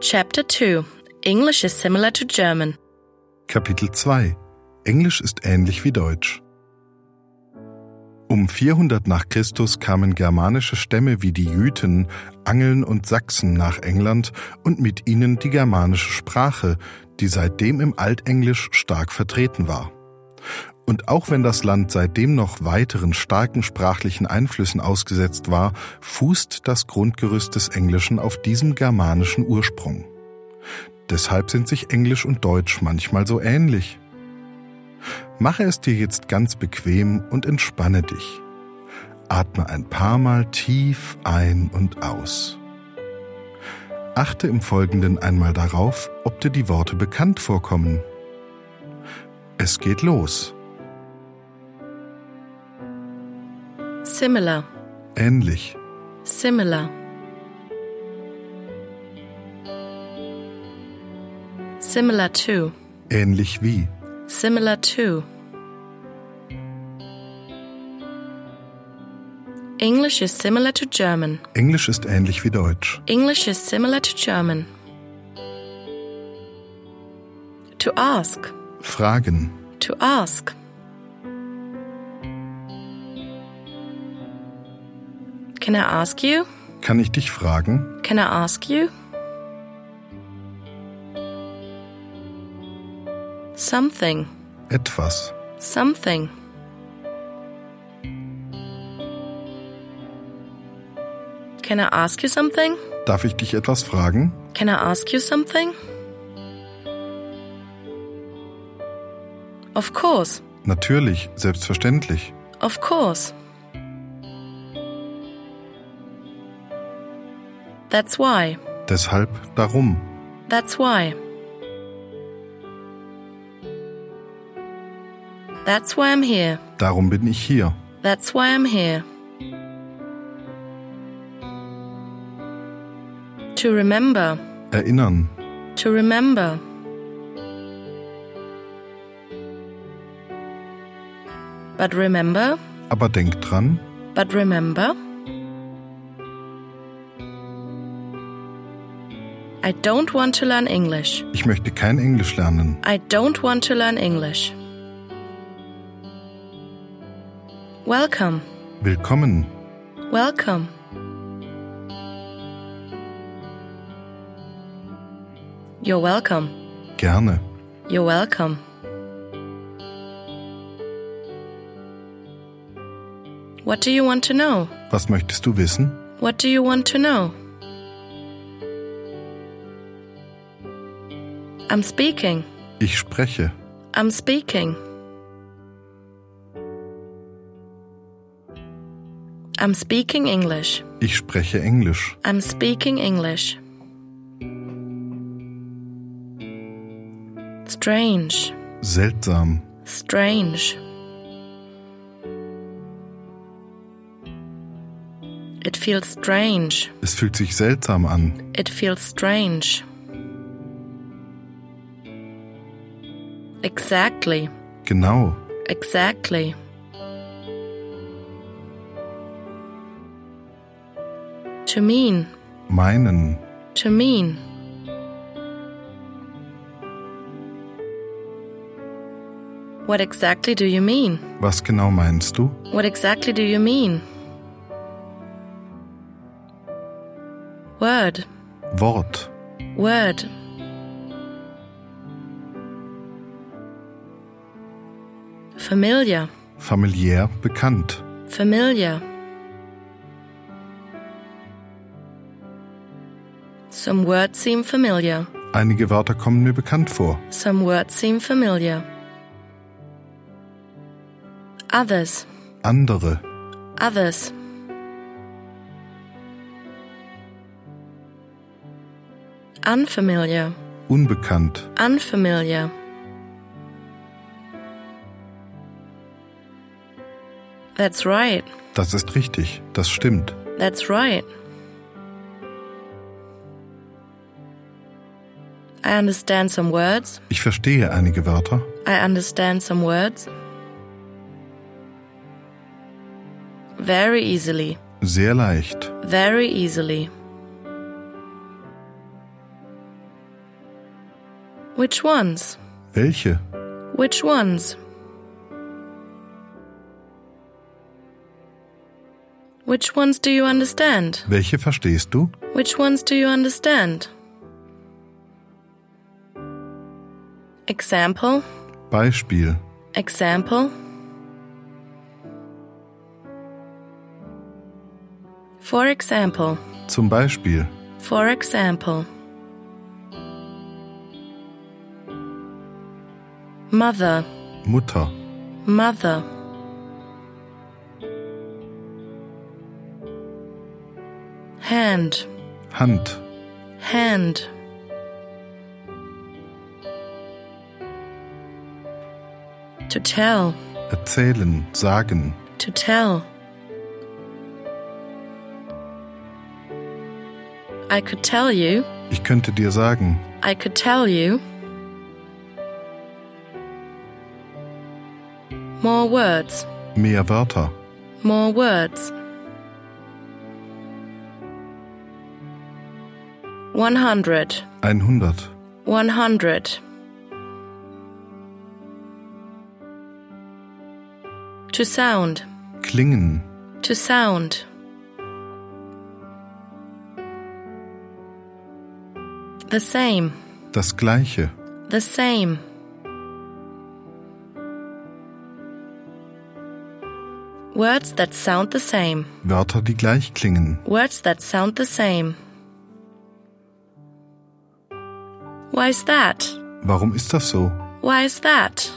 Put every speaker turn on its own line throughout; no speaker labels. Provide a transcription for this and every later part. Chapter 2 English is similar to German.
Kapitel 2 Englisch ist ähnlich wie Deutsch. Um 400 nach Christus kamen germanische Stämme wie die Jüten, Angeln und Sachsen nach England und mit ihnen die germanische Sprache, die seitdem im Altenglisch stark vertreten war. Und auch wenn das Land seitdem noch weiteren starken sprachlichen Einflüssen ausgesetzt war, fußt das Grundgerüst des Englischen auf diesem germanischen Ursprung. Deshalb sind sich Englisch und Deutsch manchmal so ähnlich. Mache es dir jetzt ganz bequem und entspanne dich. Atme ein paar Mal tief ein und aus. Achte im Folgenden einmal darauf, ob dir die Worte bekannt vorkommen. Es geht los.
Similar,
Ähnlich.
similar. Similar to,
Ähnlich wie.
similar to. English is similar to German.
Englisch ist ähnlich wie Deutsch.
English is similar to German. To ask,
Fragen.
to ask. Can I ask you?
Kann ich dich fragen?
Can I ask you? Something,
Etwas.
something. Can I ask you something?
Darf ich dich etwas fragen?
Can I ask you something? Of course,
Natürlich, selbstverständlich.
of course. That's why,
Deshalb, darum.
that's why. That's why I'm here,
Darum bin ich hier.
that's why I'm here. To remember,
Erinnern.
to remember. But remember,
Aber denk dran,
but remember. I don't want to learn English.
ich möchte kein Englisch lernen.
I don't want to learn English. Welcome,
Willkommen.
welcome. You're welcome.
Gerne.
You're welcome. What do you want to know?
Was möchtest du wissen?
What do you want to know? I'm speaking.
Ich spreche.
I'm speaking. I'm speaking English.
Ich spreche Englisch.
I'm speaking English. Strange.
Seltsam.
Strange. It feels strange.
Es fühlt sich seltsam an.
It feels strange. Exactly.
Genau.
Exactly. To mean.
Meinen.
To mean. What exactly do you mean?
Was genau meinst du?
What exactly do you mean? Word,
Wort.
word. Familiar,
Familiär bekannt.
familiar. Some words seem familiar,
Einige Wörter kommen mir bekannt vor.
some words seem familiar. Others,
Andere.
others. Unfamiliar,
Unbekannt.
unfamiliar. That's right,
Das ist richtig. Das stimmt.
that's right. I understand some words,
Ich verstehe einige Wörter.
I understand some words. Very easily.
Sehr leicht.
Very easily. Which ones?
Welche?
Which ones? Which ones do you understand?
Welche verstehst du?
Which ones do you understand? Example,
Beispiel.
example. For example,
Zum Beispiel.
for example. Mother,
Mutter.
mother. Hand,
Hand.
hand. To tell,
Erzählen. Sagen.
to tell. I could tell you,
Ich könnte dir sagen.
I could tell you. More words,
Mehr Wörter.
more words. 100.
100.
100. To sound,
Klingen.
to sound. The same,
Das Gleiche.
the same. Words that sound the same,
Wörter, die gleich klingen.
words that sound the same. Why's that?
Warum ist das so?
Why is that?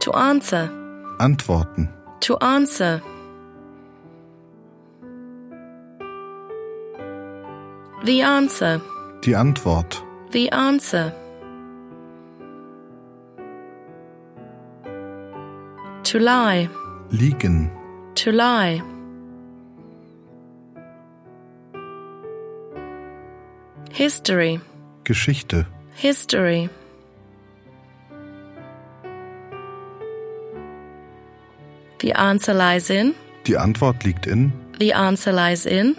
To answer,
Antworten.
to answer. The answer,
Die Antwort.
the answer. To lie,
Liegen.
to lie. History.
Geschichte.
History. The answer lies in.
Die Antwort liegt in
The answer lies in.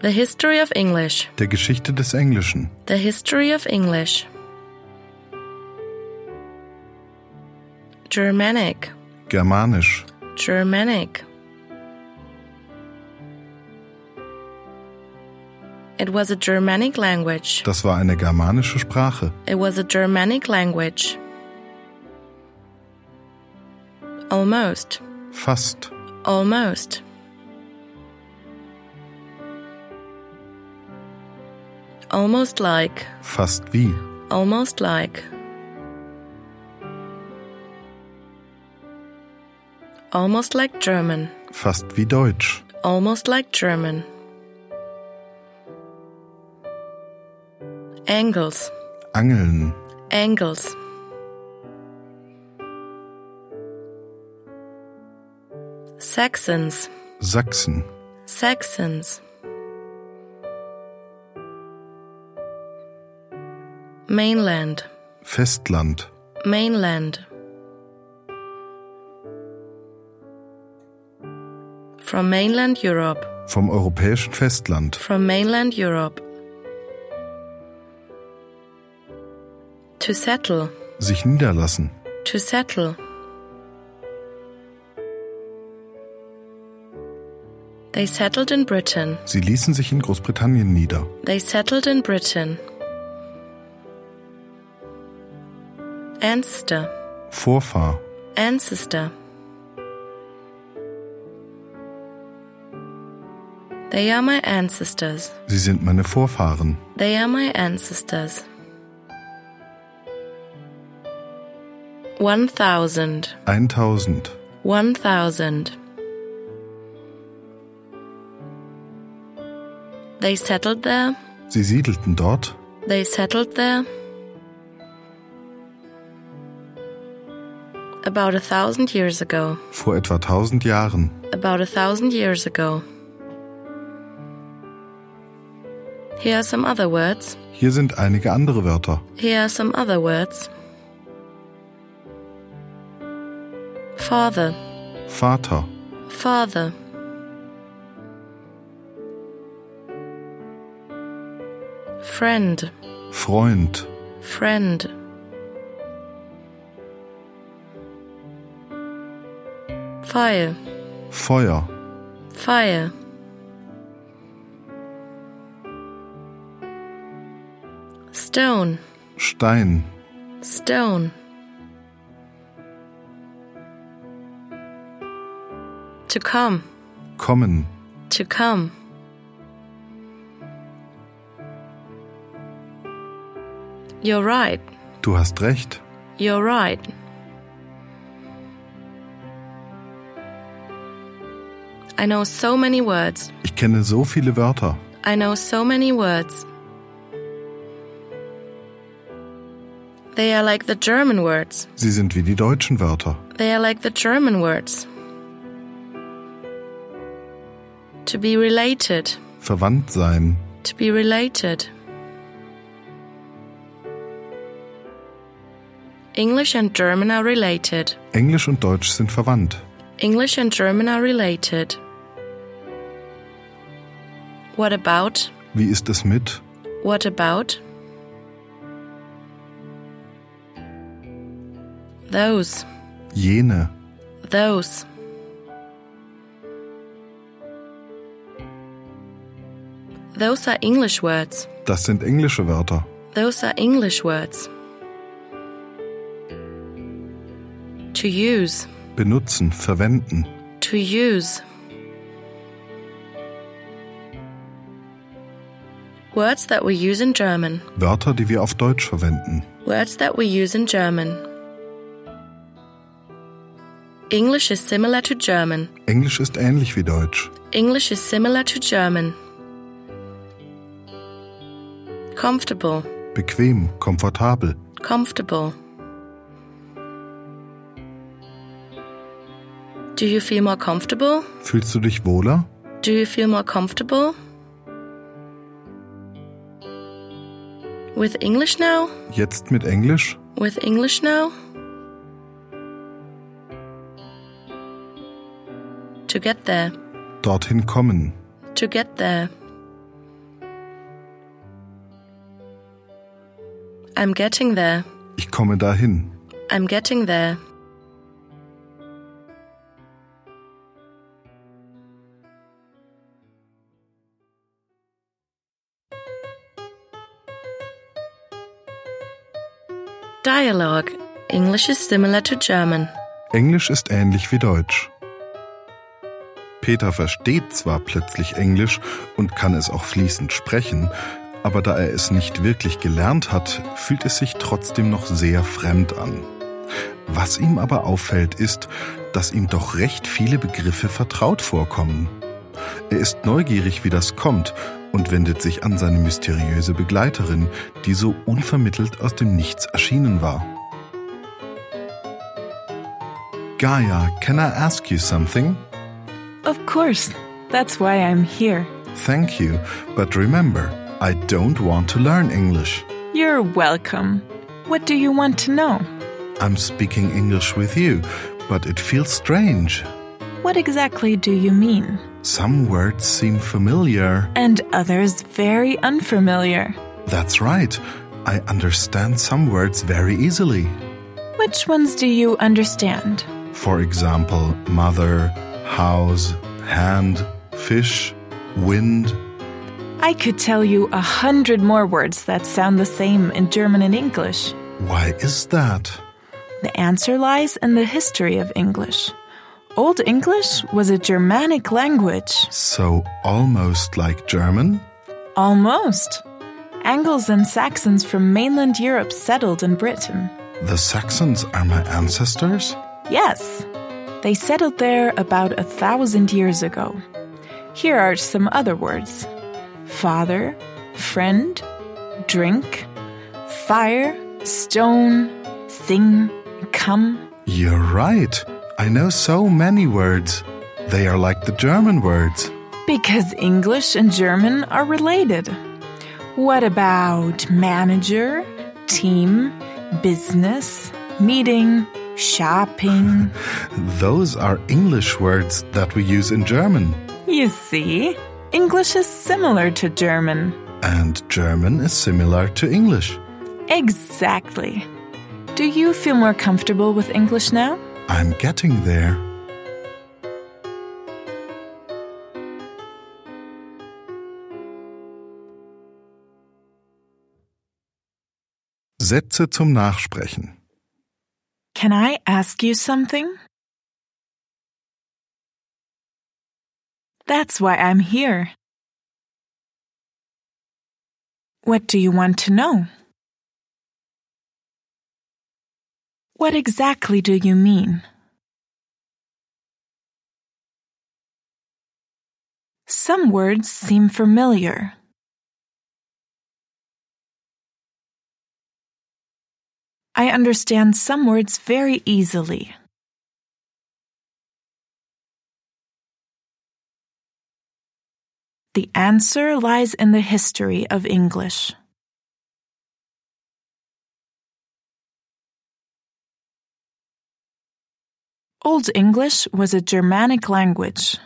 The history of English.
der Geschichte des Englischen.
The history of English. Germanic.
Germanisch.
Germanic. It was a Germanic language.
Das war eine germanische Sprache.
It was a Germanic language. Almost,
Fast.
almost. Almost like,
Fast wie.
almost like. Almost like German,
Fast wie Deutsch.
almost like German. Angles.
Angeln.
Angles. Saxons,
Sachsen.
Saxons. Mainland,
Festland.
mainland. From mainland Europe,
Vom europäischen Festland.
from mainland Europe. To settle,
Sich niederlassen.
to settle. They settled in Britain.
Sie ließen sich in Großbritannien nieder.
They settled in Britain. Ancestor,
Vorfahr.
ancestor. They are my ancestors.
Sie sind meine Vorfahren.
They are my ancestors. 1000.
1000.
1000. They settled there,
Sie siedelten dort.
they settled there. About a thousand years ago,
Vor etwa 1000 Jahren.
about a thousand years ago. Here are some other words.
Hier sind einige andere Wörter.
Here are some other words. Father,
Vater.
father. friend,
Freund,
friend, Pfeil,
Feuer,
Pfeil, Stone,
Stein,
stone. To come,
Kommen,
to come. You're right,
du hast recht,
you're right. I know so many words,
ich kenne so viele Wörter,
I know so many words. They are like the German words.
sie sind wie die deutschen Wörter.
They are like the German words. To be related.
Verwandt sein,
To be related. English and German are related.
Englisch und Deutsch sind verwandt.
English and German are related. What about?
Wie ist es mit?
What about? Those.
Jene,
Those. Those are English words.
das sind englische Wörter.
Those are English words. To use.
Benutzen, verwenden.
To use. Words that we use in German.
Wörter, die wir auf Deutsch verwenden.
Words that we use in German. English is similar to German.
Englisch ist ähnlich wie Deutsch.
English is similar to German. Comfortable,
Bequem, komfortabel.
comfortable. Do you feel more comfortable?
Fühlst du dich wohler?
Do you feel more comfortable? With English now?
Jetzt mit Englisch?
With English now? To get there.
Dorthin kommen.
to get there. I'm getting there.
Ich komme dahin.
I'm getting there. Dialogue. English is similar to German.
Englisch ist ähnlich wie Deutsch. Peter versteht zwar plötzlich Englisch und kann es auch fließend sprechen, aber da er es nicht wirklich gelernt hat, fühlt es sich trotzdem noch sehr fremd an. Was ihm aber auffällt, ist, dass ihm doch recht viele Begriffe vertraut vorkommen. Er ist neugierig, wie das kommt, und wendet sich an seine mysteriöse Begleiterin, die so unvermittelt aus dem Nichts erschienen war. Gaia, can I ask you something?
Of course. That's why I'm here.
Thank you, but remember, I don't want to learn English.
You're welcome. What do you want to know?
I'm speaking English with you, but it feels strange.
What exactly do you mean?
Some words seem familiar.
And others very unfamiliar.
That's right, I understand some words very easily.
Which ones do you understand?
For example, mother, house, hand, fish, wind.
I could tell you a hundred more words that sound the same in German and English.
Why is that?
The answer lies in the history of English. Old English was a Germanic language.
So almost like German?
Almost. Angles and Saxons from mainland Europe settled in Britain.
The Saxons are my ancestors?
Yes, they settled there about a thousand years ago. Here are some other words father, friend, drink, fire, stone, sing, come.
You're right. I know so many words. They are like the German words.
Because English and German are related. What about manager, team, business, meeting, shopping?
Those are English words that we use in German.
You see, English is similar to German.
And German is similar to English.
Exactly. Do you feel more comfortable with English now?
I'm getting there. Sätze zum Nachsprechen.
Can I ask you something? That's why I'm here. What do you want to know? What exactly do you mean? Some words seem familiar. I understand some words very easily. The answer lies in the history of English. Old English was a Germanic language.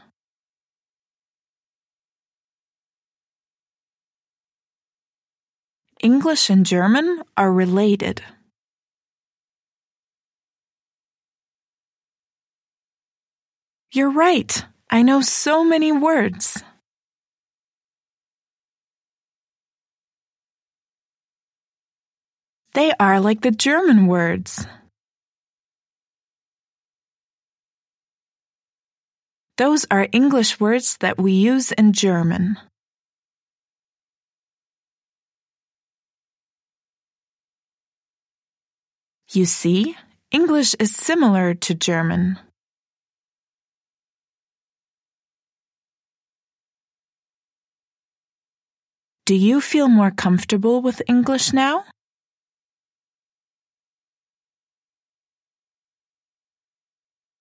English and German are related. You're right. I know so many words. They are like the German words. Those are English words that we use in German. You see, English is similar to German. Do you feel more comfortable with English now?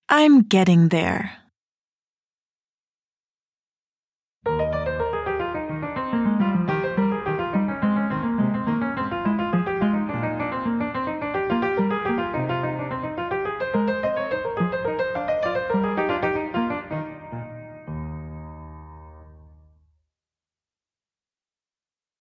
I'm getting there.